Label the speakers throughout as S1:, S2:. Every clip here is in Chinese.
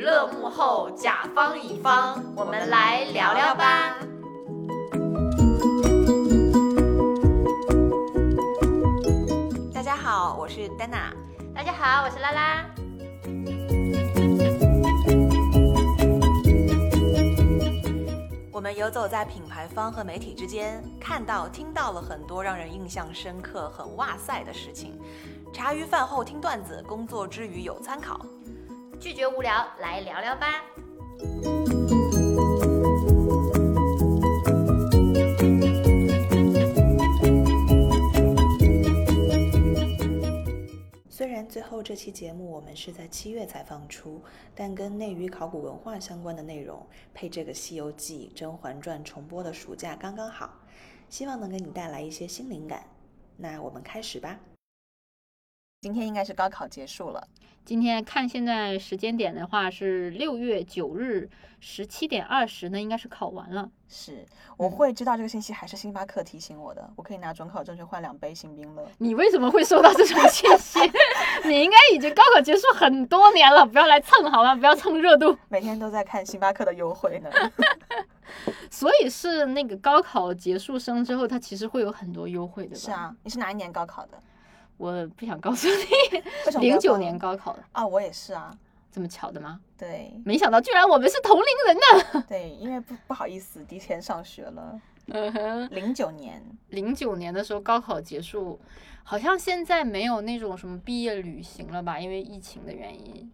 S1: 乐幕后，甲方乙方，我们来聊聊吧。
S2: 大家好，我是丹娜。
S1: 大家好，我是拉拉。
S2: 我们游走在品牌方和媒体之间，看到、听到了很多让人印象深刻、很哇塞的事情。茶余饭后听段子，工作之余有参考。
S1: 拒绝无聊，来聊聊吧。
S2: 虽然最后这期节目我们是在七月才放出，但跟内娱考古文化相关的内容配这个《西游记》《甄嬛传》重播的暑假刚刚好，希望能给你带来一些新灵感。那我们开始吧。今天应该是高考结束了，
S3: 今天看现在时间点的话是六月九日十七点二十呢，应该是考完了。
S2: 是
S3: 嗯
S2: 我会知道这个信息，还是星巴克提醒我的？我可以拿准考证去换两杯星冰乐。
S3: 你为什么会收到这种信息？ 你应该已经高考结束很多年了，不要来蹭好吗？不要蹭热度。
S2: 每天都在看星巴克的优 惠呢。
S3: 所以是那个高考结束生之后，它其实会有很多优惠，对吧？
S2: 是，啊，你是哪一年高考的？
S3: 我不想告诉你，
S2: 为什么不要
S3: 零九
S2: 报
S3: 年高考的，
S2: 啊，我也是啊。
S3: 这么巧的吗？
S2: 对
S3: 没想到居然我们是同龄人呢。
S2: 对，因为不不好意思，提前上学了。
S3: 嗯哼。
S2: 零九年，
S3: 零九年的时候高考结束，好像现在没有那种什么毕业旅行了吧？因为疫情的原因。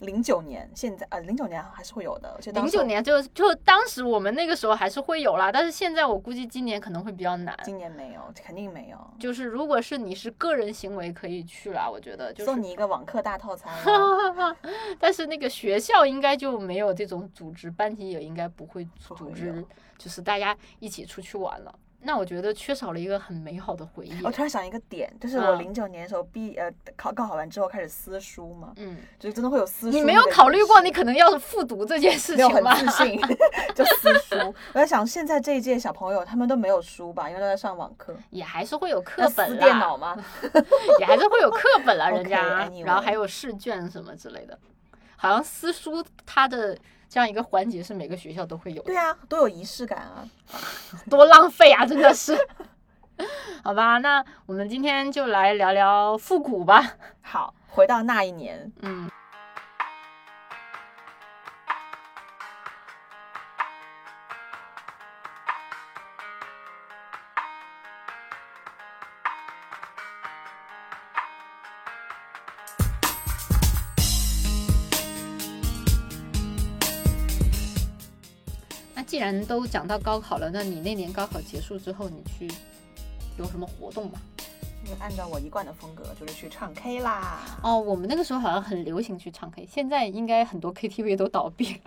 S2: 零九年，现在啊，零九年还是会有的。我记得当
S3: 零
S2: 时
S3: 九年就就当时我们那个时候还是会有啦，但是现在我估计今年可能会比较难。
S2: 今年没有，肯定没有。
S3: 就是如果是你是个人行为可以去啦，我觉得就是。。
S2: 送你一个网课大套餐啊
S3: 但是那个学校应该就没有这种组织，班级也应该不会
S2: 不
S3: 组
S2: 会
S3: 织
S2: 有，
S3: 就是大家一起出去玩了。那我觉得缺少了一个很美好的回忆。
S2: 我突然想一个点，就是我
S3: 嗯
S2: 零九年的时候毕呃考高考完之后开始撕书嘛，
S3: 嗯，
S2: 就是真的会有撕书。
S3: 你没有考虑过你可能要复读这件事
S2: 没有
S3: 情
S2: 很
S3: 吗？
S2: 自信就撕书。我在想现在这一届小朋友他们都没有书吧，因为都在上网课。
S3: 也还是会有课
S2: 那
S3: 本
S2: 撕
S3: 啦
S2: 电 脑吗？
S3: 也还是会有课本啦，人家
S2: OK，anyway
S3: 然后还有试卷什么之类的。好像私书它的这样一个环节是每个学校都会有的
S2: 对，啊，多有仪式感啊！
S3: 多浪费啊，真的是。 好吧，那我们今天就来聊聊复古吧。
S2: 好，回到那一年，
S3: 嗯，那既然都讲到高考了，那你那年高考结束之后，你去有什么活动吗？
S2: 嗯按照我一贯的风格，就是去唱 K 啦。
S3: 哦，我们那个时候好像很流行去唱 K，现在应该很多 KTV 都倒闭了，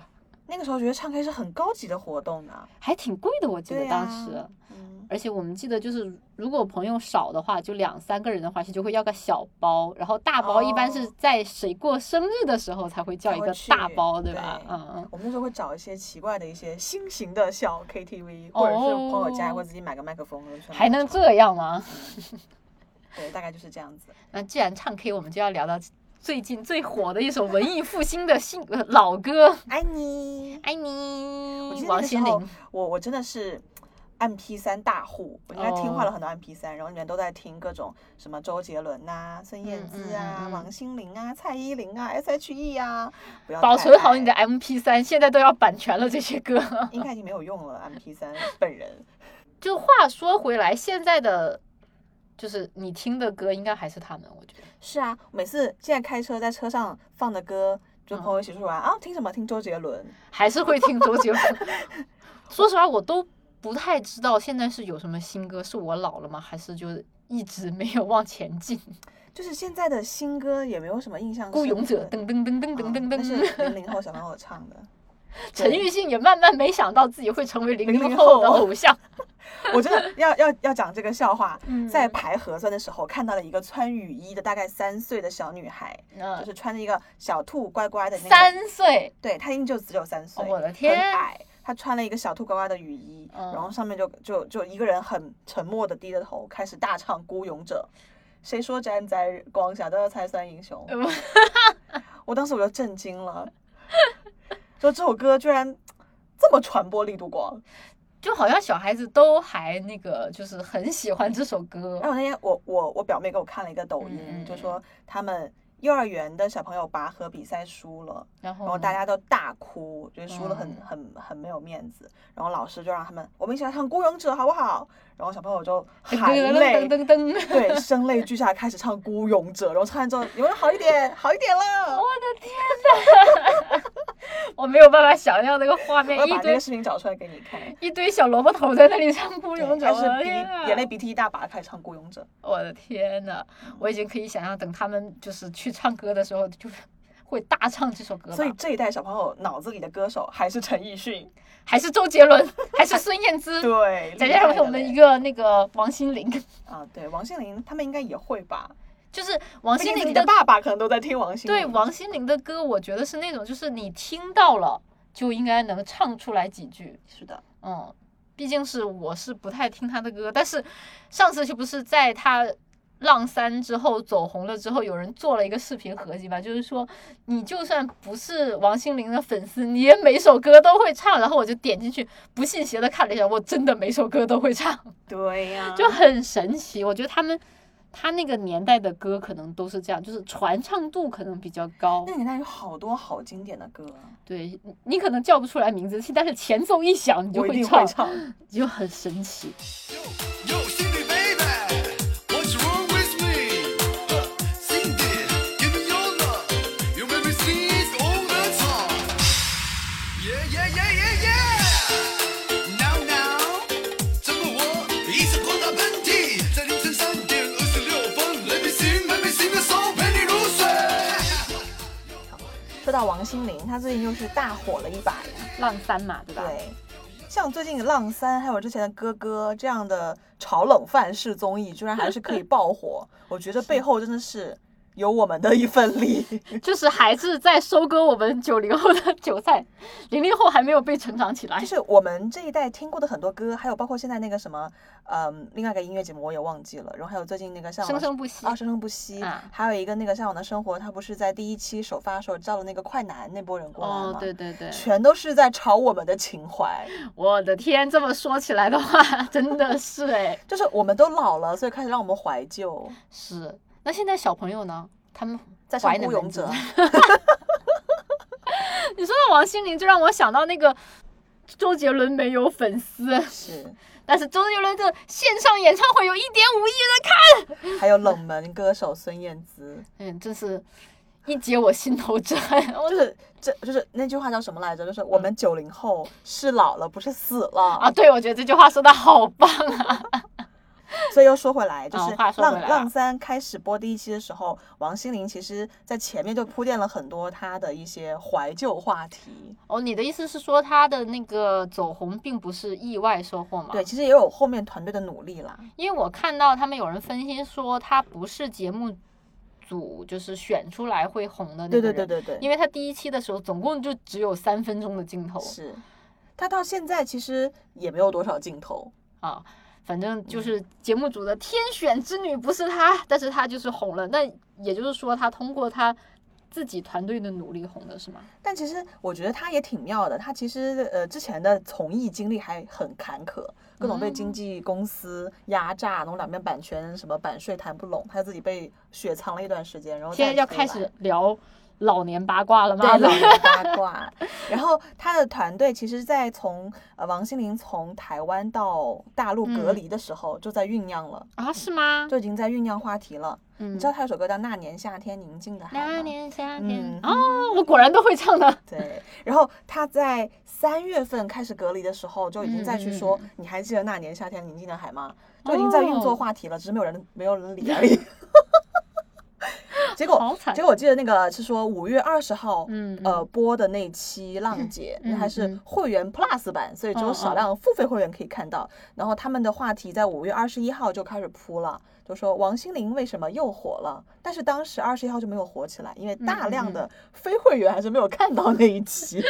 S2: 那个时候觉得唱 K 是很高级的活动呢。
S3: 还挺贵的，我记得
S2: 对
S3: 当
S2: 啊
S3: 时。
S2: 嗯，
S3: 而且我们记得，就是如果朋友少的话，就两三个人的话，就会要个小包，然后大包一般是
S2: 哦
S3: 在谁过生日的时候才会叫
S2: 才
S3: 一
S2: 会
S3: 个
S2: 去
S3: 大包，对吧？
S2: 对
S3: 嗯嗯。
S2: 我们那时候会找一些奇怪的一些新型的小 KTV，
S3: 哦
S2: 或者是朋友家，或者自己买个麦克风，然后去那里
S3: 还能
S2: 唱
S3: 这样吗？
S2: 对，大概就是这样子。
S3: 那既然唱 K，我们就要聊到最近最火的一首文艺复兴的新呃老歌《
S2: 爱你，
S3: 爱你
S2: 我记》，得那
S3: 王
S2: 个时
S3: 心
S2: 候
S3: 凌。
S2: 我我真的是。MP 三大户，我应该听坏
S3: 哦
S2: 了很多 MP 三，然后里面都在听各种什么周杰伦呐、孙燕姿啊、
S3: 嗯嗯嗯
S2: 王心凌啊、蔡依林啊、S.H.E 啊，不要
S3: 保
S2: 太
S3: 存好
S2: 爱
S3: 你的 MP 三，现在都要版权了这些歌。
S2: 应该已经没有用了。M P 三本人
S3: 就话说回来，现在的就是你听的歌，应该还是他们，我觉得。
S2: 是啊，每次现在开车在车上放的歌，就
S3: 嗯
S2: 朋友一起出去玩、啊，听什么？听周杰伦。
S3: 还是会听周杰伦。 说实话，我都不太知道现在是有什么新歌，是我老了吗？还是就一直没有往前进？
S2: 就是现在的新歌也没有什么印象深刻。
S3: 孤勇者噔噔噔噔
S2: 啊
S3: 噔噔
S2: 那是
S3: 噔，
S2: 零零后小朋友唱的。
S3: 陈
S2: 对
S3: 奕迅也慢慢没想到自己会成为零
S2: 00
S3: 后的
S2: 后
S3: 偶像。
S2: 我真的要要要讲这个笑话。
S3: 嗯
S2: 在排核酸的时候，看到了一个穿雨衣的大概三岁的小女孩，就
S3: 嗯
S2: 是穿着一个小兔乖乖的那个，
S3: 三岁，
S2: 对，她应就只有三岁，
S3: 我的
S2: 很
S3: 天！
S2: 矮，她穿了一个小兔乖乖的雨衣，
S3: 嗯
S2: 然后上面就就就一个人很沉默的低着头，开始大唱《孤勇者》。谁
S3: 呃嗯
S2: 说站在光下的才算英雄？我当时我就震惊了， 就这首歌居然这么传播力度广。
S3: 就好像小孩子都还那个，就是很喜欢这首歌
S2: 然。后那天我我我表妹给我看了一个抖音，
S3: 嗯嗯
S2: 就
S3: 嗯
S2: 说他们幼儿园的小朋友拔河比赛输了，
S3: 然后
S2: 然哦后大家都大哭，觉得输了很
S3: 嗯
S2: 很很没有面子。然后老师就让他们，我们一起来唱《孤勇者》好不好？然后小朋友就
S3: 噔
S2: 含
S3: 噔
S2: 泪，
S3: 噔噔噔，
S2: 对，声泪俱下开始唱《孤勇者》，然后唱完之后，你们好一点，好一点
S3: 哦
S2: 了。
S3: 我没有办法想象那个画
S2: 我
S3: 面
S2: 要，
S3: 一
S2: 把那
S3: 堆
S2: 个视频找出来给你看。
S3: 一堆小萝卜头在那里唱孤
S2: 孤
S3: 勇者，
S2: 开
S3: 我
S2: 始
S3: 的
S2: 鼻
S3: 天啊！
S2: 眼泪鼻涕一大把，开始唱《孤勇者
S3: 我的天呐，我已经可以想象，等他们就是去唱歌的时候，就是会大唱这首歌》。
S2: 所以
S3: 吧，
S2: 这一代小朋友脑子里的歌手还是陈奕迅，
S3: 还是周杰伦，还是孙燕姿，
S2: 对，
S3: 再
S2: 厉
S3: 加上
S2: 害的
S3: 我们
S2: 嘞
S3: 嗯一个那个王心凌，
S2: 啊，对，王心凌他们应该也会吧？
S3: 就是王
S2: 毕竟
S3: 心
S2: 自己
S3: 凌
S2: 的
S3: 的
S2: 爸爸可能都在听王心凌。
S3: 对王心凌的歌，我觉得是那种就是你听到了就应该能唱出来几句，
S2: 是的，
S3: 嗯，毕竟是我是不太听她的歌，但是上次就不是在她《浪三》之后走红了之后，有人做了一个视频合集嘛，就是说你就算不是王心凌的粉丝，你也每首歌都会唱。然后我就点进去，不信邪的看了一下，我真的每首歌都会唱，
S2: 对呀、
S3: 就很神奇。我觉得他们他那个年代的歌可能都是这样，就是传唱度可能比较高
S2: 那。个年代有好多好经典的歌，
S3: 对你你可能叫不出来名字，但是前奏一响你就
S2: 我一
S3: 会
S2: 定
S3: 唱
S2: 会，唱。
S3: 就很神奇。
S4: Yo, Cindy, baby, what's wrong with me? Huh, Cindy, give me your love. You make me sneeze all the time. Yeah, yeah, yeah, yeah, yeah. Now, now, 这个我一直狂打喷嚏，在凌晨三点二十六分，Let me sing, let me sing a song，陪你入睡。
S2: 说到王心凌，她最近又是大火了一把呀。
S3: 浪三嘛，对吧？
S2: 对，像最近《浪三》还有之前的《哥哥》这样的炒冷饭式综艺，居然还是可以爆火，我觉得背后真的是有我们的一份 力。
S3: 就是还是在收割我们九零后的韭菜，零零后还没有被成长起来
S2: 就。是我们这一代听过的很多歌，还有包括现在那个什么，嗯，另外一个音乐节目我也忘记了，然后还有最近那个上
S3: 生生不息
S2: 啊，生生不息，
S3: 啊
S2: 还有一个那个向往的生活，他不是在第一期首发的时候招了那个快男那波人过来吗？
S3: 哦，对，对对，
S2: 全都是在炒我们的情怀，
S3: 我的天，这么说起来的话，真的是哎，
S2: 就是我们都老了，所以开始让我们怀旧，
S3: 是。那现在小朋友呢？他们
S2: 在上
S3: 怀
S2: 《
S3: 哪
S2: 孤
S3: 门
S2: 勇
S3: 子
S2: 者》。
S3: 你说到王心凌，就让我想到那个周杰伦没有粉丝，
S2: 是，
S3: 但是周杰伦的线上演唱会有一点五亿人看，
S2: 还有冷门歌手孙燕 姿，
S3: 嗯，真是一解我心头 之恨。我
S2: 就是这就是那句话叫什么来着？就是我们九零后是老了，不是死了
S3: 嗯啊，对，我觉得这句话说的好棒啊！
S2: 所以又说回来，就
S3: 啊
S2: 是
S3: 话说
S2: 浪
S3: 回来啊
S2: 浪三开始播第一期的时候，王心凌其实在前面就铺垫了很多她的一些怀旧话题。
S3: 哦，你的意思是说他的那个走红并不是意外收获吗？
S2: 对，，其实也有后面团队的努力啦。
S3: 因为我看到他们有人分析说他不是节目组就是选出来会红的那个
S2: 对
S3: 人，
S2: 对对对对，
S3: 因为他第一期的时候总共就只有三分钟的镜头
S2: 是她哦到现在其实也没有多少镜头。
S3: 啊。反正就是节目组的天选之女不是他，但是他就是红了。那也就是说，他通过他自己团队的努力红的是吗？
S2: 但其实我觉得她也挺妙的，她其实呃之前的从艺经历还很坎坷，各种被
S3: 嗯
S2: 经纪公司压榨，然后两边版权什么版税谈不拢，她自己被雪藏了一段时间，然后
S3: 现在
S2: 再
S3: 要
S2: 出
S3: 开
S2: 来
S3: 始聊老年八卦了吗？
S2: 对，老年八 卦。然后他的团队其实，在从呃王心凌从台湾到大陆隔
S3: 嗯
S2: 离的时候，就在酝酿了，
S3: 啊，是吗？
S2: 就已经在酝酿话题了。
S3: 嗯
S2: 你知道他有首歌叫《那年夏天宁静的海》
S3: 那
S2: 吗？
S3: 年夏天
S2: 嗯
S3: 哦，我果然都会唱的。
S2: 对，然后他在三月份开始隔离的时候，就已经再去说，
S3: 嗯
S2: 你还记得那年夏天宁静的海吗？就已经在运作
S3: 哦
S2: 话题了，只是没有人没有人理而 已。 结
S3: 好
S2: 果，
S3: 惨
S2: 结果我记得那个是说五月二十号，
S3: 嗯
S2: 呃，
S3: 嗯
S2: 播的那期《浪姐》，
S3: 嗯
S2: 那还是
S3: 嗯
S2: 会员 Plus 版，所以只有少
S3: 嗯嗯
S2: 量付费会员可以看到。然后他们的话题在五月二十一号就开始铺了，就说王心凌为什么又火了？但是当时二十一号就没有火起来，因为大
S3: 嗯
S2: 量
S3: 嗯
S2: 的非会员还是没有看到那一 期。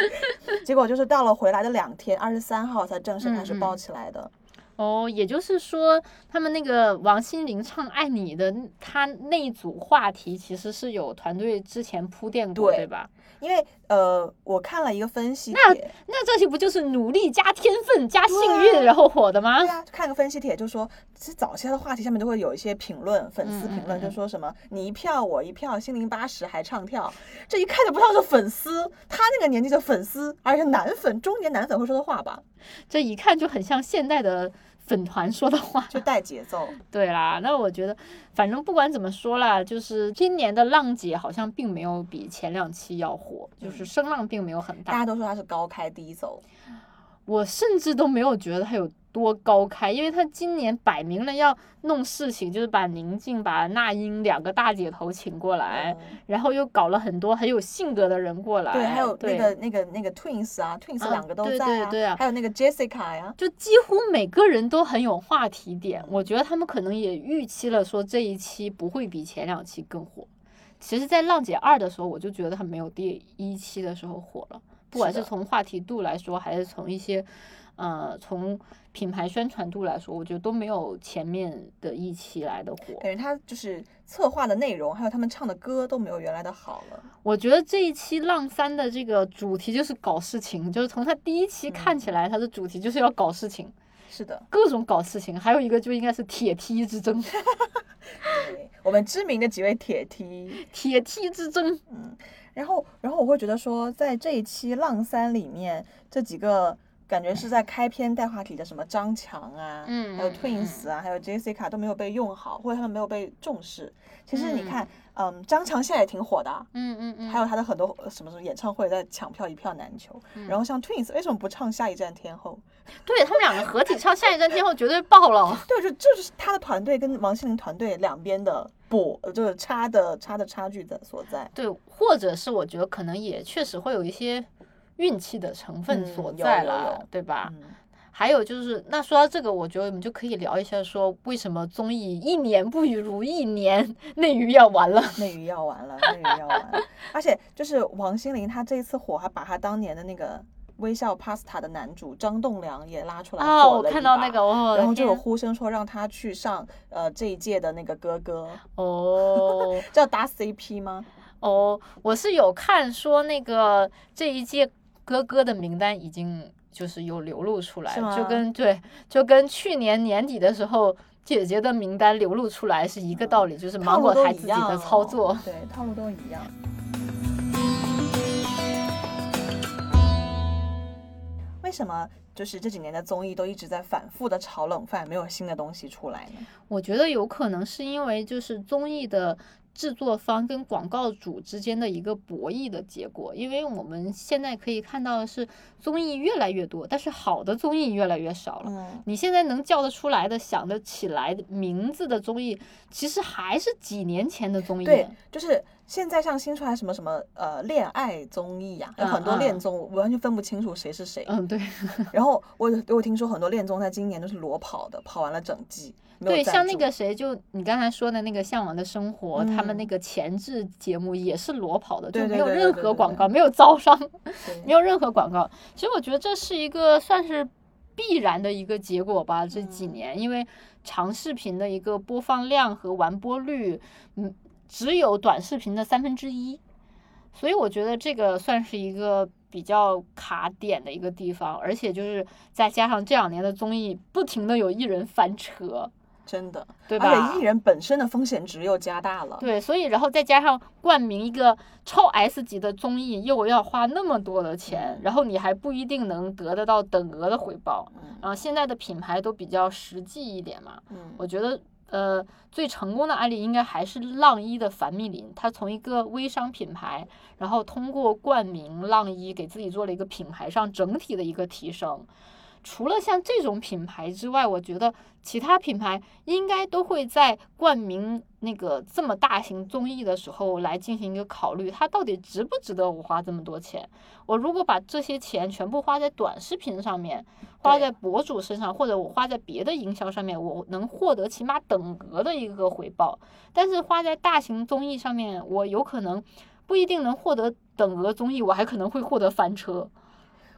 S2: 结果就是到了回来的两天，二十三号才正式开始
S3: 嗯嗯
S2: 爆起来的。
S3: 哦，也就是说，他们那个王心凌唱《爱你》的，他那一组话题其实是有团队之前铺垫过，
S2: 对
S3: 对吧？
S2: 因为呃，我看了一个分析
S3: 那
S2: 帖，
S3: 那这些不就是努力加天分加幸
S2: 对啊
S3: 运然后火的吗
S2: 对？啊，看个分析帖就说，其实早期的话题下面都会有一些评论，粉丝评论
S3: 嗯嗯嗯
S2: 就说什么、你一票我一票，心灵八十还唱跳，这一看就不像是粉丝，他那个年纪的粉丝，而且男粉中年男粉会说的话吧，
S3: 这一看就很像现代的粉团说的话。
S2: 就带节奏。
S3: 对啦，那我觉得，反正不管怎么说啦，就是今年的浪姐好像并没有比前两期要火，
S2: 嗯
S3: 就是声浪并没有很
S2: 大
S3: 大。
S2: 家都说他是高开低走，
S3: 我甚至都没有觉得他有多高开，因为他今年摆明了要弄事情，就是把宁静、把那英两个大姐头请过来，
S2: 嗯
S3: 然后又搞了很多很有性格的人过来。
S2: 对，还有那
S3: 哎对
S2: 个那个那个 Twins 啊，Twins
S3: 啊
S2: 两个都
S3: 对
S2: 在
S3: 对对啊
S2: 还有那个 Jessica 呀，
S3: 就几乎每个人都很有话题点。我觉得他们可能也预期了，说这一期不会比前两期更火。其实，在《浪姐二》的时候，我就觉得它没有第一期的时候火了，不管
S2: 是
S3: 是
S2: 的
S3: 从话题度来说，还是从一些，呃，从品牌宣传度来说，我觉得都没有前面的一期来的火。
S2: 感觉他就是策划的内容，还有他们唱的歌都没有原来的好了。
S3: 我觉得这一期《浪三》的这个主题就是搞事情，就是从它第一期看起来，它的主题就是要搞事情，
S2: 是的，
S3: 各种搞事情。还有一个就应该是铁梯之争。
S2: 对我们知名的几位铁梯，
S3: 铁梯之争。
S2: 然后，然后我会觉得说，在这一期《浪三》里面，这几个感觉是在开篇带话题的，什么张强啊，
S3: 嗯
S2: 还有
S3: 嗯
S2: Twins 啊，还有 Jessica 都没有被用好，或者他们没有被重视。其实你
S3: 嗯
S2: 看，嗯，张强现在也挺火的啊，
S3: 嗯嗯嗯
S2: 还有他的很多呃什么什么演唱会在抢票，一票难求。
S3: 嗯
S2: 然后像 Twins 为什么不唱《下一站天后
S3: 对他们两个合体唱《下一站天后》绝对爆了》？。
S2: 对，我觉得这就是他的团队跟王心凌团队两边的不呃就是差的差的差距的所在。
S3: 对，或者是我觉得可能也确实会有一些运气的成分
S2: 嗯
S3: 所
S2: 有
S3: 在
S2: 有
S3: 啦，
S2: 有
S3: 对吧？
S2: 嗯，
S3: 还有就是，那说到这个，我觉得我们就可以聊一下，说为什么综艺一年不如一年， 内娱要 完了。
S2: 内娱要完了，内娱要完了。而且就是王心凌，她这一次火，还把她当年的那个微笑 Pasta 的男主张栋梁也拉出来
S3: 啊，
S2: 火
S3: 我
S2: 了一把、
S3: 看到那个，我的
S2: 然后就有
S3: 天
S2: 呼声说让他去上呃这一届的那个哥哥，
S3: 哦。
S2: 叫搭 CP 吗？
S3: 哦，我是有看说那个这一届哥哥的名单已经就是有流露出来
S2: 是，吗
S3: 就跟对，就跟去年年底的时候姐姐的名单流露出来是一个道理，就是
S2: 套
S3: 芒
S2: 路
S3: 果
S2: 都
S3: 台
S2: 一
S3: 自己
S2: 样
S3: 的
S2: 哦
S3: 操 作。
S2: 对，套路都一样。为什么就是这几年的综艺都一直在反复的炒冷饭，没有新的东西出来呢？
S3: 我觉得有可能是因为就是综艺的制作方跟广告主之间的一个博弈的结果，因为我们现在可以看到的是综艺越来越多，但是好的综艺越来越少了。
S2: 嗯，
S3: 你现在能叫得出来的、想得起来的名字的综艺，其实还是几年前的综艺。
S2: 对，就是现在像新出来什么什么呃恋爱综艺啊呀、有
S3: 嗯
S2: 很多
S3: 嗯
S2: 恋综，我完全分不清楚谁是谁。
S3: 嗯，对
S2: 然后我我听说很多恋综在今年都是裸跑的，跑完了整季。没有
S3: 对，
S2: 赞
S3: 像那
S2: 助
S3: 个谁，就你刚才说的那个《向往的生活》，他们
S2: 嗯
S3: 那个前置节目也是裸跑的，就
S2: 对对
S3: 没有
S2: 对对
S3: 任
S2: 对
S3: 何
S2: 对
S3: 广
S2: 对
S3: 告，没有招商，
S2: 对
S3: 没有任何广告。其实我觉得这是一个算是必然的一个结果吧。这几
S2: 嗯
S3: 年，因为长视频的一个播放量和完播率，嗯，只有短视频的三分之一，所以我觉得这个算是一个比较卡点的一个地方。而且就是再加上这两年的综艺，不停的有艺人翻车，
S2: 真的，
S3: 对吧
S2: 而哎且艺？人本身的风险值又加大了。
S3: 对，所以然后再加上冠名一个超 S 级的综艺，又要花那么多的钱
S2: 嗯，
S3: 然后你还不一定能得得到等额的回报。
S2: 嗯
S3: 然后现在的品牌都比较实际一点嘛，
S2: 嗯，
S3: 我觉得呃最成功的案例应该还是浪一的樊蜜林，她从一个微商品牌，然后通过冠名浪一给自己做了一个品牌上整体的一个提升。除了像这种品牌之外，我觉得其他品牌应该都会在冠名那个这么大型综艺的时候来进行一个考虑，它到底值不值得我花这么多钱？我如果把这些钱全部花在短视频上面，花
S2: 对
S3: 在博主身上，或者我花在别的营销上面，我能获得起码等额的一个回报。但是花在大型综艺上面，我有可能不一定能获得等额综艺，我还可能会获得翻车。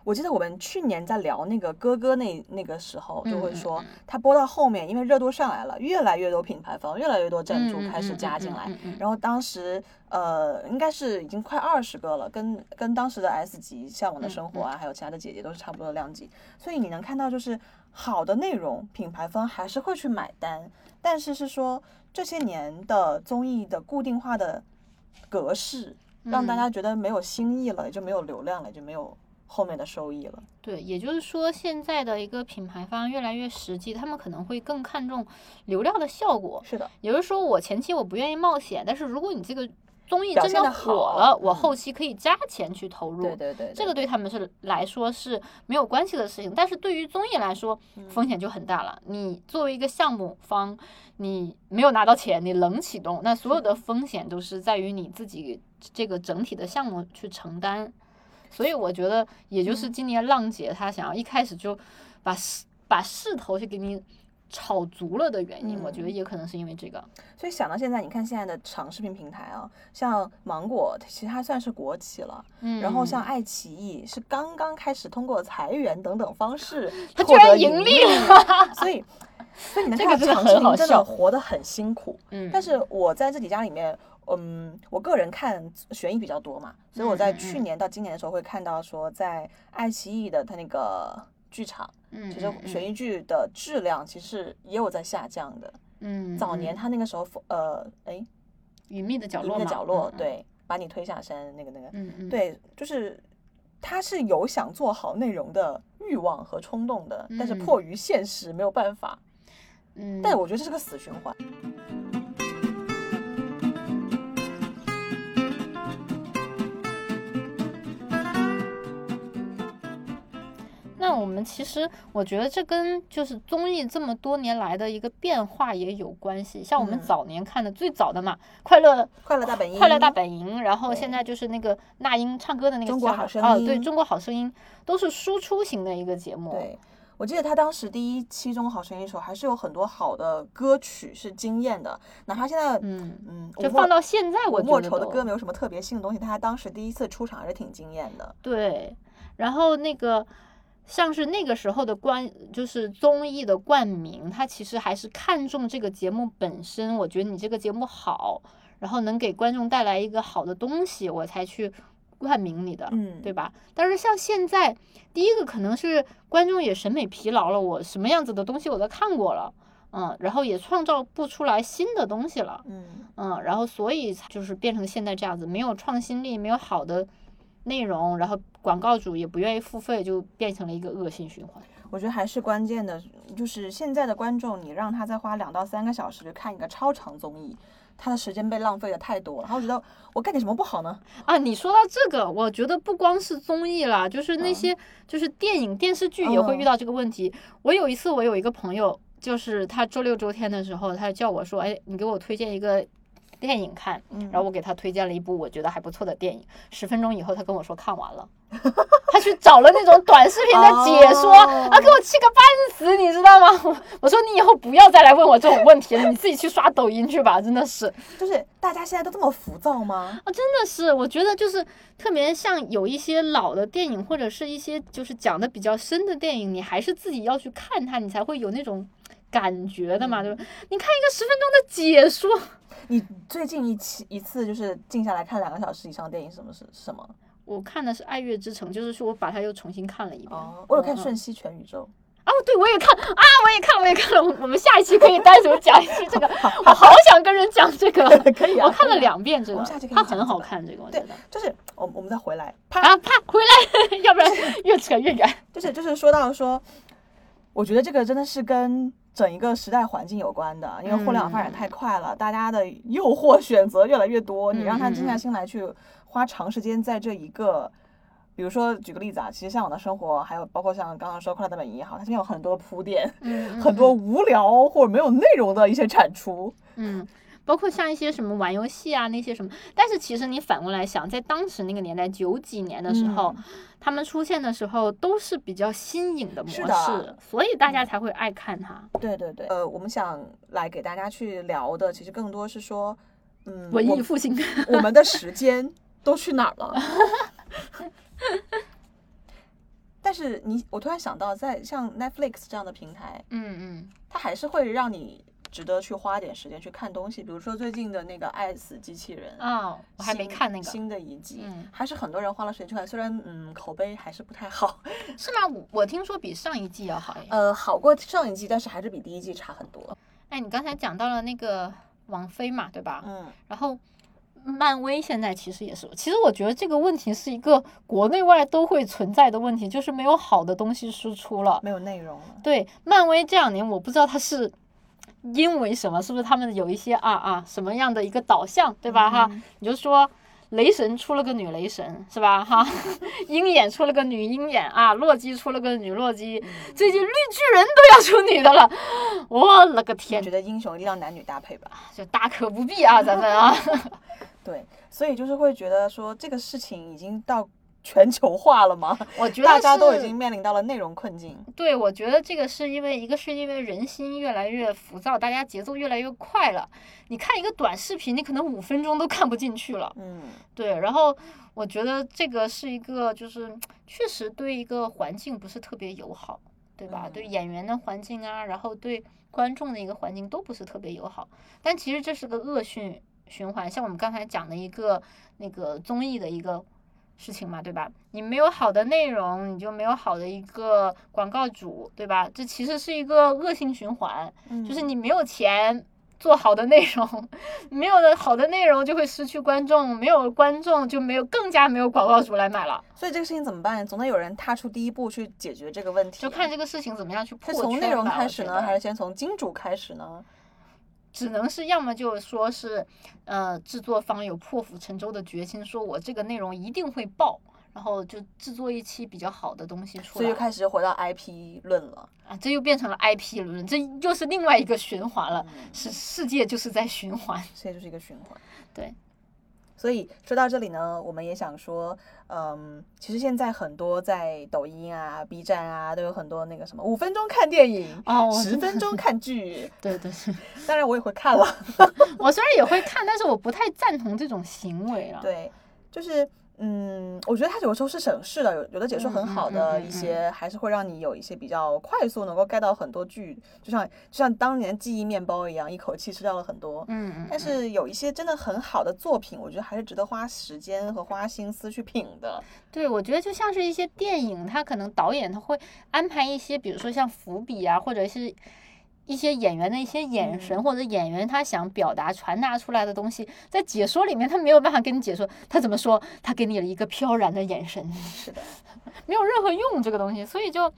S2: 我记得我们去年在聊那个哥哥那那个时候，就会
S3: 嗯嗯
S2: 说他播到后面，因为热度上来了，越来越多品牌方，越来越多赞助开始加进来。
S3: 嗯嗯嗯嗯嗯嗯
S2: 然后当时呃，应该是已经快二十个了，跟跟当时的 S 级《向往的生活》啊，还有其他的姐姐都是差不多的量级。所以你能看到，就是好的内容，品牌方还是会去买单，但是是说这些年的综艺的固定化的格式，让大
S3: 嗯
S2: 家觉得没有新意了，也就没有流量了，也就没有后面的收益了。
S3: 对，也就是说，现在的一个品牌方越来越实际，他们可能会更看重流量的效果。
S2: 是的，
S3: 也就是说，我前期我不愿意冒险，但是如果你这个综艺
S2: 表
S3: 真
S2: 现
S3: 的
S2: 得
S3: 火
S2: 好
S3: 了，我
S2: 嗯
S3: 后期可以加钱去投入。
S2: 对对对，
S3: 这个对他们是来说是没有关系的事情，但是对于综艺来说，
S2: 嗯
S3: 风险就很大了。你作为一个项目方，你没有拿到钱，你冷启动，那所有的风险都是在于你自己这个整体的项目去承担。所以我觉得，也
S2: 嗯
S3: 就是今年浪姐她想要一开始就把势把势头就给你炒足了的原因，我觉得
S2: 嗯
S3: 也可能是因为这个。
S2: 所以想到现在，你看现在的长视频平台啊，像芒果，其实它算是国企了，
S3: 嗯，
S2: 然后像爱奇艺是刚刚开始通过裁员等等方 式，
S3: 它居然盈利
S2: 了，所 以。所以你能
S3: 这
S2: 看
S3: 个
S2: 到长
S3: 真的很
S2: 视
S3: 好
S2: 频真
S3: 笑
S2: 的活得很辛苦，
S3: 嗯，
S2: 但是我在自己家里面，嗯，我个人看悬疑比较多嘛，所以我在
S3: 嗯嗯
S2: 去
S3: 嗯
S2: 年到今年的时候会看到说，在爱奇艺的它那个剧场，
S3: 嗯，
S2: 其实
S3: 嗯
S2: 悬疑剧的质量其实也有在下降的。
S3: 嗯
S2: 早年
S3: 嗯
S2: 它那个时候，呃，哎，
S3: 隐秘的角
S2: 一
S3: 落
S2: 个
S3: 嘛，
S2: 角落，
S3: 嗯，
S2: 对，把你推下山那个那个，
S3: 嗯嗯，
S2: 对，就是他是有想做好内容的欲望和冲动的，但是
S3: 嗯
S2: 迫于现实没有办法。
S3: 嗯，
S2: 但我觉得这是个死循环。
S3: 那我们其实，我觉得这跟就是综艺这么多年来的一个变化也有关系。像我们
S2: 嗯
S3: 早年看的最早的嘛，快乐
S2: 快乐大本营，
S3: 快乐大本营，然后
S2: 对
S3: 现在就是那个那英唱歌的那个
S2: 中国
S3: 叫
S2: 好声
S3: 啊，对，
S2: 音
S3: 中国好声音都是输出型的一个节目。，
S2: 对，我记得他当时第一期《中国好声音》的时候，还是有很多好的歌曲是惊艳的，哪怕现在，
S3: 嗯
S2: 嗯，
S3: 就
S2: 吴
S3: 放
S2: 莫
S3: 到现在，我
S2: 吴莫
S3: 觉得
S2: 愁的
S3: 都
S2: 歌没有什么特别新的东西，但他当时第一次出场还是挺惊艳的。
S3: 对，然后那个像是那个时候的冠，就是综艺的冠名，它其实还是看重这个节目本身。我觉得你这个节目好，然后能给观众带来一个好的东西，我才去冠名你的，
S2: 嗯
S3: 对吧？但是像现在，第一个可能是观众也审美疲劳了，我什么样子的东西我都看过了，嗯，然后也创造不出来新的东西了。
S2: 嗯，
S3: 嗯，然后所以才就是变成现在这样子，没有创新力，没有好的内容，然后广告主也不愿意付费，就变成了一个恶性循环。
S2: 我觉得还是关键的，就是现在的观众，你让他再花两到三个小时去看一个超长综艺，他的时间被浪费的太多了。然后我觉得我干点什么不好呢？
S3: 啊，你说到这个，我觉得不光是综艺啦，就是那
S2: 嗯
S3: 些、就是电影、电视剧也会遇
S2: 嗯
S3: 到这个问题。我有一次，我有一个朋友，就是他周六周天的时候，他叫我说：“哎，你给我推荐一个电影看。”
S2: 嗯
S3: 然后我给他推荐了一部我觉得还不错的电影，十分钟以后他跟我说看完了， 他去找了那种短视频的解说，啊，给我气个半死，你知道吗？我 我说你以后不要再来问我这种问题了，你自己去刷抖音去吧，真的是，
S2: 就是大家现在都这么浮躁吗？
S3: 啊，真的是，我觉得就是特别像有一些老的电影或者是一些就是讲的比较深的电影，你还是自己要去看它，你才会有那种。感觉的嘛，对吧？你看一个十分钟的解说，
S2: 你最近一期一次就是静下来看两个小时以上的电影，什么是什么？
S3: 我看的是《爱乐之城》，就是说我把它又重新看了一遍。
S2: 哦，我有看
S3: 嗯
S2: 《
S3: 嗯
S2: 瞬息全宇宙。
S3: 哦，对，我也看啊，我也看，我也看了。我我们下一期可以单独讲一期这个，我好想跟人讲这个
S2: 可以啊
S3: 我
S2: 可
S3: 看
S2: 以啊
S3: 了两遍这
S2: 我
S3: 个
S2: 们下期，可以
S3: 它
S2: 讲
S3: 很好
S2: 这个
S3: 看，这个我觉
S2: 对
S3: 得。》，
S2: 就是我我们再回来，啪，
S3: 啊，啪，回来， 要不然越扯越 远。
S2: 就是就是说到说，我觉得这个真的是跟整一个时代环境有关的，因为互联网发展太
S3: 嗯
S2: 快了，大家的诱惑选择越来越多，你让他
S3: 嗯
S2: 静下心来去花长时间在这一个。比如说，举个例子啊，其实《向往的生活》，还有包括像刚刚说《快乐大本营》也好，它现在有很多铺垫，
S3: 嗯
S2: 很多无聊或者没有内容的一些产出。
S3: 嗯，包括像一些什么玩游戏啊那些什么，但是其实你反过来想，在当时那个年代，九几年的时
S2: 嗯
S3: 候，他们出现的时候都是比较新颖的模
S2: 是的嗯
S3: 式，所以大家才会爱看它。
S2: 对对对，呃，我们想来给大家去聊的，其实更多是说，嗯，
S3: 文
S2: 我
S3: 艺复兴，
S2: 我 们的时间都去哪儿了？是你，我突然想到，在像 Netflix 这样的平台，
S3: 嗯嗯，
S2: 它还是会让你值得去花点时间去看东西。比如说最近的那个《爱死机器人》，
S3: 哦，我还没
S2: 新
S3: 看那个，
S2: 新的一季，
S3: 嗯
S2: 还是很多人花了时间去看，虽然嗯口碑还是不太好，
S3: 是吗？我我听说比上一季要好哎。
S2: 呃，好过上一季，但是还是比第一季差很多。
S3: 哎，你刚才讲到了那个王菲嘛，对吧？
S2: 嗯，
S3: 然后漫威现在其实也是，其实我觉得这个问题是一个国内外都会存在的问题，就是没有好的东西输出了。
S2: 没有内容了。
S3: 对，漫威这两年我不知道它是因为什么，是不是他们有一些啊啊什么样的一个导向，对吧？哈，
S2: 嗯
S3: 你就说。雷神出了个女雷神是吧？哈， 鹰眼出了个女鹰眼啊，洛基出了个女洛基，
S2: 嗯
S3: 最近绿巨人都要出女的了，我了个
S2: 我
S3: 天
S2: 觉，得英雄一定要男女搭配吧？
S3: 就大可不必啊，咱们啊，
S2: 对，所以就是会觉得说这个事情已经到全球化了 吗？
S3: 我觉得
S2: 大家都已
S3: 是
S2: 经面临到了内容困境。
S3: 对，我觉得这个是因为一个是因为人心越来越浮躁，大家节奏越来越快了。你看一个短视频，你可能五分钟都看不进去了。
S2: 嗯，
S3: 对，然后我觉得这个是一个，就是确实对一个环境不是特别友好，对吧？对
S2: 嗯
S3: 演员的环境啊，然后对观众的一个环境都不是特别友好。但其实这是个恶性循环，像我们刚才讲的一个那个综艺的一个事情嘛，对吧？你没有好的内容，你就没有好的一个广告主，对吧？这其实是一个恶性循环，
S2: 嗯
S3: 就是你没有钱做好的内容，没有了好的内容就会失去观众，没有观众就没有更加没有广告主来买了，
S2: 所以这个事情怎么办？总得有人踏出第一步去解决这个问题。
S3: 就看这个事情怎么样去破
S2: 是
S3: 圈吧。
S2: 从内容开
S3: 我
S2: 始
S3: 觉
S2: 呢，
S3: 得
S2: 还是先从金主开始呢？
S3: 只能是要么就说是，呃，制作方有破釜沉舟的决心，说我这个内容一定会爆，然后就制作一期比较好的东西出
S2: 所以就
S3: 来
S2: 开始回到 IP 论了。
S3: 啊，这又变成了 IP 论，这又是另外一个循环了，
S2: 嗯
S3: 是世界就是在循环，
S2: 这就是一个循环。
S3: 对，
S2: 所以说到这里呢，我们也想说，嗯，其实现在很多在抖音啊、B 站啊，都有很多那个什么五分钟看电影，
S3: 哦
S2: 十分钟看剧。
S3: 对对，
S2: 当然我也会看 了，
S3: 我虽然也会看，但是我不太赞同这种行为了，
S2: 对，就是。嗯，我觉得它有时候是省事的，有有的解说很好
S3: 嗯
S2: 的
S3: 嗯嗯嗯
S2: 一些，还是会让你有一些比较快速能够 get 到很多剧，就像就像当年记忆面包一样，一口气吃掉了很多。
S3: 嗯，嗯，
S2: 但
S3: 嗯
S2: 是有一些真的很好的作品，我觉得还是值得花时间和花心思去品的。
S3: 对，我觉得就像是一些电影，它可能导演他会安排一些，比如说像伏笔啊，或者是一些演员的一些眼神，
S2: 嗯
S3: 或者演员他想表达、传达出来的东西，在解说里面他没有办法跟你解说，他怎么说？他给你了一个飘然的眼神，
S2: 是的，
S3: 没有任何用这个东西，所以就，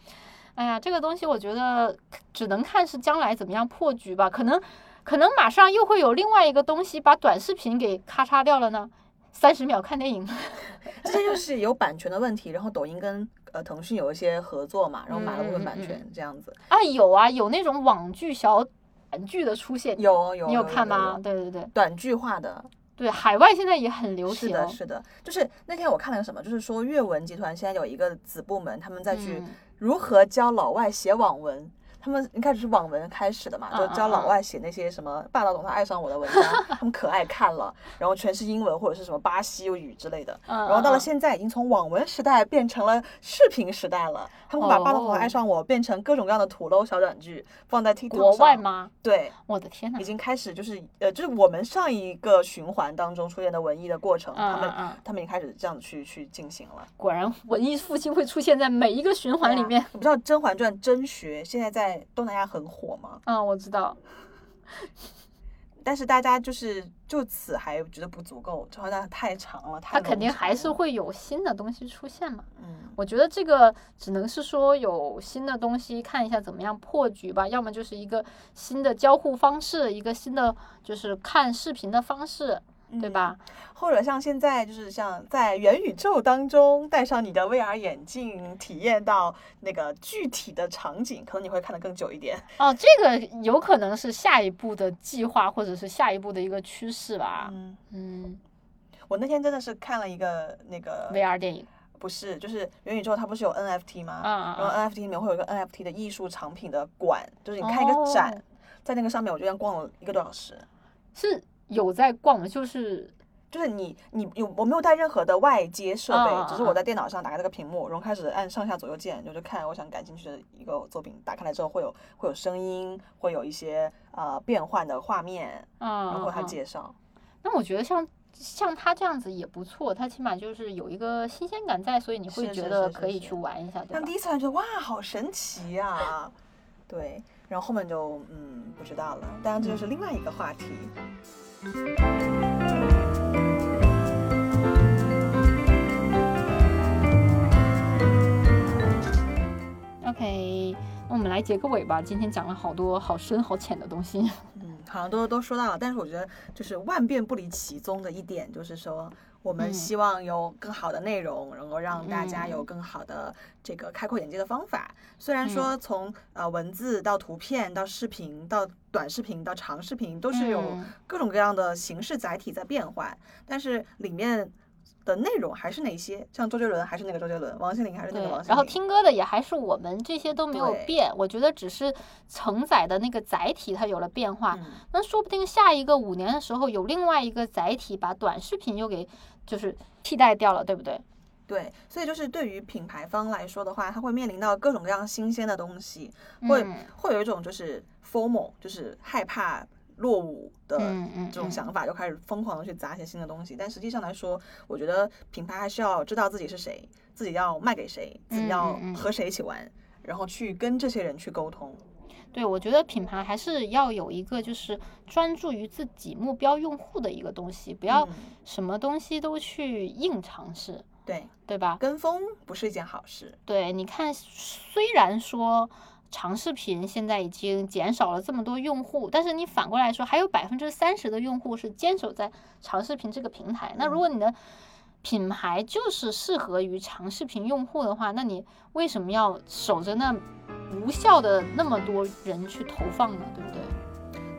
S3: 哎呀，这个东西我觉得只能看是将来怎么样破局吧，可能可能马上又会有另外一个东西把短视频给咔嚓掉了呢，三十秒看电影。
S2: 这就是有版权的问题。然后抖音跟呃腾讯有一些合作嘛，然后买了部分
S3: 嗯嗯
S2: 版
S3: 嗯
S2: 权，这样子。
S3: 啊，有啊，有那种网剧小短剧的出现，
S2: 有有
S3: 你有看吗？？
S2: 有
S3: 对对对
S2: 短剧化的，
S3: 对，海外现在也很流
S2: 是
S3: 行。
S2: 的，是的，就是那天我看了个什么，就是说阅文集团现在有一个子部门，他们在去
S3: 嗯
S2: 如何教老外写网文。他们一开始是网文开始的嘛，就
S3: 嗯嗯
S2: 教老
S3: 嗯
S2: 外写那些什么霸道总裁爱上我的文章，他们可爱看了，然后全是英文或者是什么巴西语之类的。
S3: 嗯
S2: 然后到了
S3: 嗯
S2: 现在，已经从网文时代变成了视频时代了。他们把《霸道总裁爱上我》变成各种各样的土楼小短剧，放在 TikTok 上。
S3: 哦嗯国外？吗？
S2: 对，
S3: 我的天呐
S2: 已！经开始就是呃，就是我们上一个循环当中出现的文艺的过程，
S3: 嗯
S2: 他们
S3: 嗯嗯
S2: 他们已经开始这样子去去进行了。
S3: 果然文艺复兴会出现在每一个循环里面。
S2: 我啊不知道《甄嬛传》真学现在在东南亚很火吗？
S3: 嗯，我知道。
S2: 但是大家就是就此还觉得不足够，《甄嬛传》太长了，太
S3: 它肯定
S2: 冗长
S3: 还是
S2: 了
S3: 会有新的东西出现嘛。
S2: 嗯
S3: 我觉得这个只能是说有新的东西，看一下怎么样破局吧。要么就是一个新的交互方式，一个新的就是看视频的方式，对
S2: 嗯
S3: 吧？
S2: 或者像现在，就是像在元宇宙当中戴上你的 VR 眼镜，体验到那个具体的场景，可能你会看得更久一点。
S3: 哦，这个有可能是下一步的计划，或者是下一步的一个趋势吧。
S2: 嗯，
S3: 嗯
S2: 我那天真的是看了一个那个
S3: ，VR 电影，
S2: 不是，就是元宇宙它不是有 NFT 吗？
S3: 嗯嗯
S2: 然后 NFT 里面会有一个 NFT 的艺术藏品的馆，就是你看一个展，
S3: 哦
S2: 在那个上面我就这样逛了一个多小时。
S3: 是有在逛的，就是
S2: 就是你你有我没有带任何的外接设备，
S3: 嗯嗯
S2: 只是我在电脑上打开这个屏幕，然后开始按上下左右键，我就看我想感兴趣的一个作品。打开来之后会有会有声音，会有一些呃变换的画面，然后
S3: 嗯，
S2: 它
S3: 嗯
S2: 介绍。
S3: 那我觉得像像他这样子也不错，他起码就是有一个新鲜感在，所以你会
S2: 是
S3: 觉
S2: 是
S3: 得
S2: 是是
S3: 可以
S2: 是
S3: 去玩一下，对
S2: 但
S3: 吧
S2: 第？一次来觉得哇，好神奇呀、 对，然后后面就嗯不知道了，当然这就是另外一个话题。
S3: OK，那我们来结个尾吧。今天讲了好多好深好浅的东西。
S2: 嗯，好像都都说到了，但是我觉得就是万变不离其宗的一点，就是说我们
S3: 嗯
S2: 希望有更好的内容，能够让大家
S3: 嗯
S2: 有更好的这个开阔眼界的方法。虽然说
S3: 嗯
S2: 从、呃文字到图片到视频到短视频到长视频 都是有
S3: 嗯
S2: 各种各样的形式载体在变换，但是里面。的内容还是那些，像周杰伦还是那个周杰伦，王心凌还是那
S3: 对
S2: 个王心凌，，
S3: 然后听歌的也还是我们，这些都没有
S2: 对
S3: 变。我觉得只是承载的那个载体它有了变化，
S2: 嗯
S3: 那说不定下一个五年的时候有另外一个载体把短视频又给就是替代掉了，对不对？
S2: 对，所以就是对于品牌方来说的话，它会面临到各种各样新鲜的东西，会、
S3: 嗯
S2: 会有一种就是 formal，就是害怕落伍的
S3: 嗯嗯
S2: 呃这种
S3: 嗯
S2: 想法，就开始疯狂的去砸一些新的东西。但实际上来说，我觉得品牌还是要知道自己是谁，自己要卖给谁，自己
S3: 嗯
S2: 要
S3: 嗯嗯
S2: 和谁一起玩，然后去跟这些人去沟通。
S3: 对，我觉得品牌还是要有一个就是专注于自己目标用户的一个东西，不要
S2: 嗯
S3: 什么东西都去硬尝试，
S2: 对，
S3: 对吧？
S2: 跟风不是一件好事。
S3: 对，你看，虽然说长视频现在已经减少了这么多用户，但是你反过来说，还有百分之三十的用户是坚守在长视频这个平台。那如
S2: 嗯
S3: 果你的品牌就是适合于长视频用户的话，那你为什么要守着那无效的那么多人去投放呢？对不对？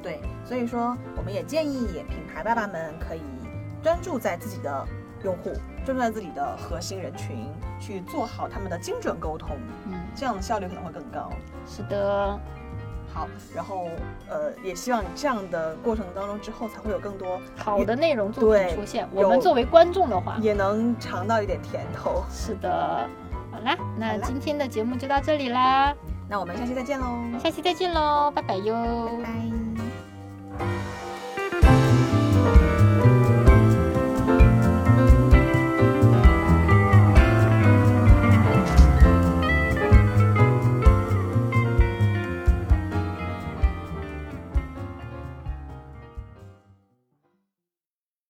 S2: 对，所以说我们也建议品牌爸爸们可以专注在自己的用户，专注在自己的核心人群，去做好他们的精准沟通，
S3: 嗯，
S2: 这样的效率可能会更高。
S3: 是的，
S2: 好，然后呃，也希望这样的过程当中之后才会有更多
S3: 好的内容作品
S2: 对
S3: 出现，我
S2: 有
S3: 们作为观众的话，
S2: 也，也能尝到一点甜头。
S3: 是的。好啦，那
S2: 好啦
S3: 今天的节目就到这里啦。
S2: 那我们下期再见喽，
S3: 下期再见喽，拜拜哟。
S2: 拜。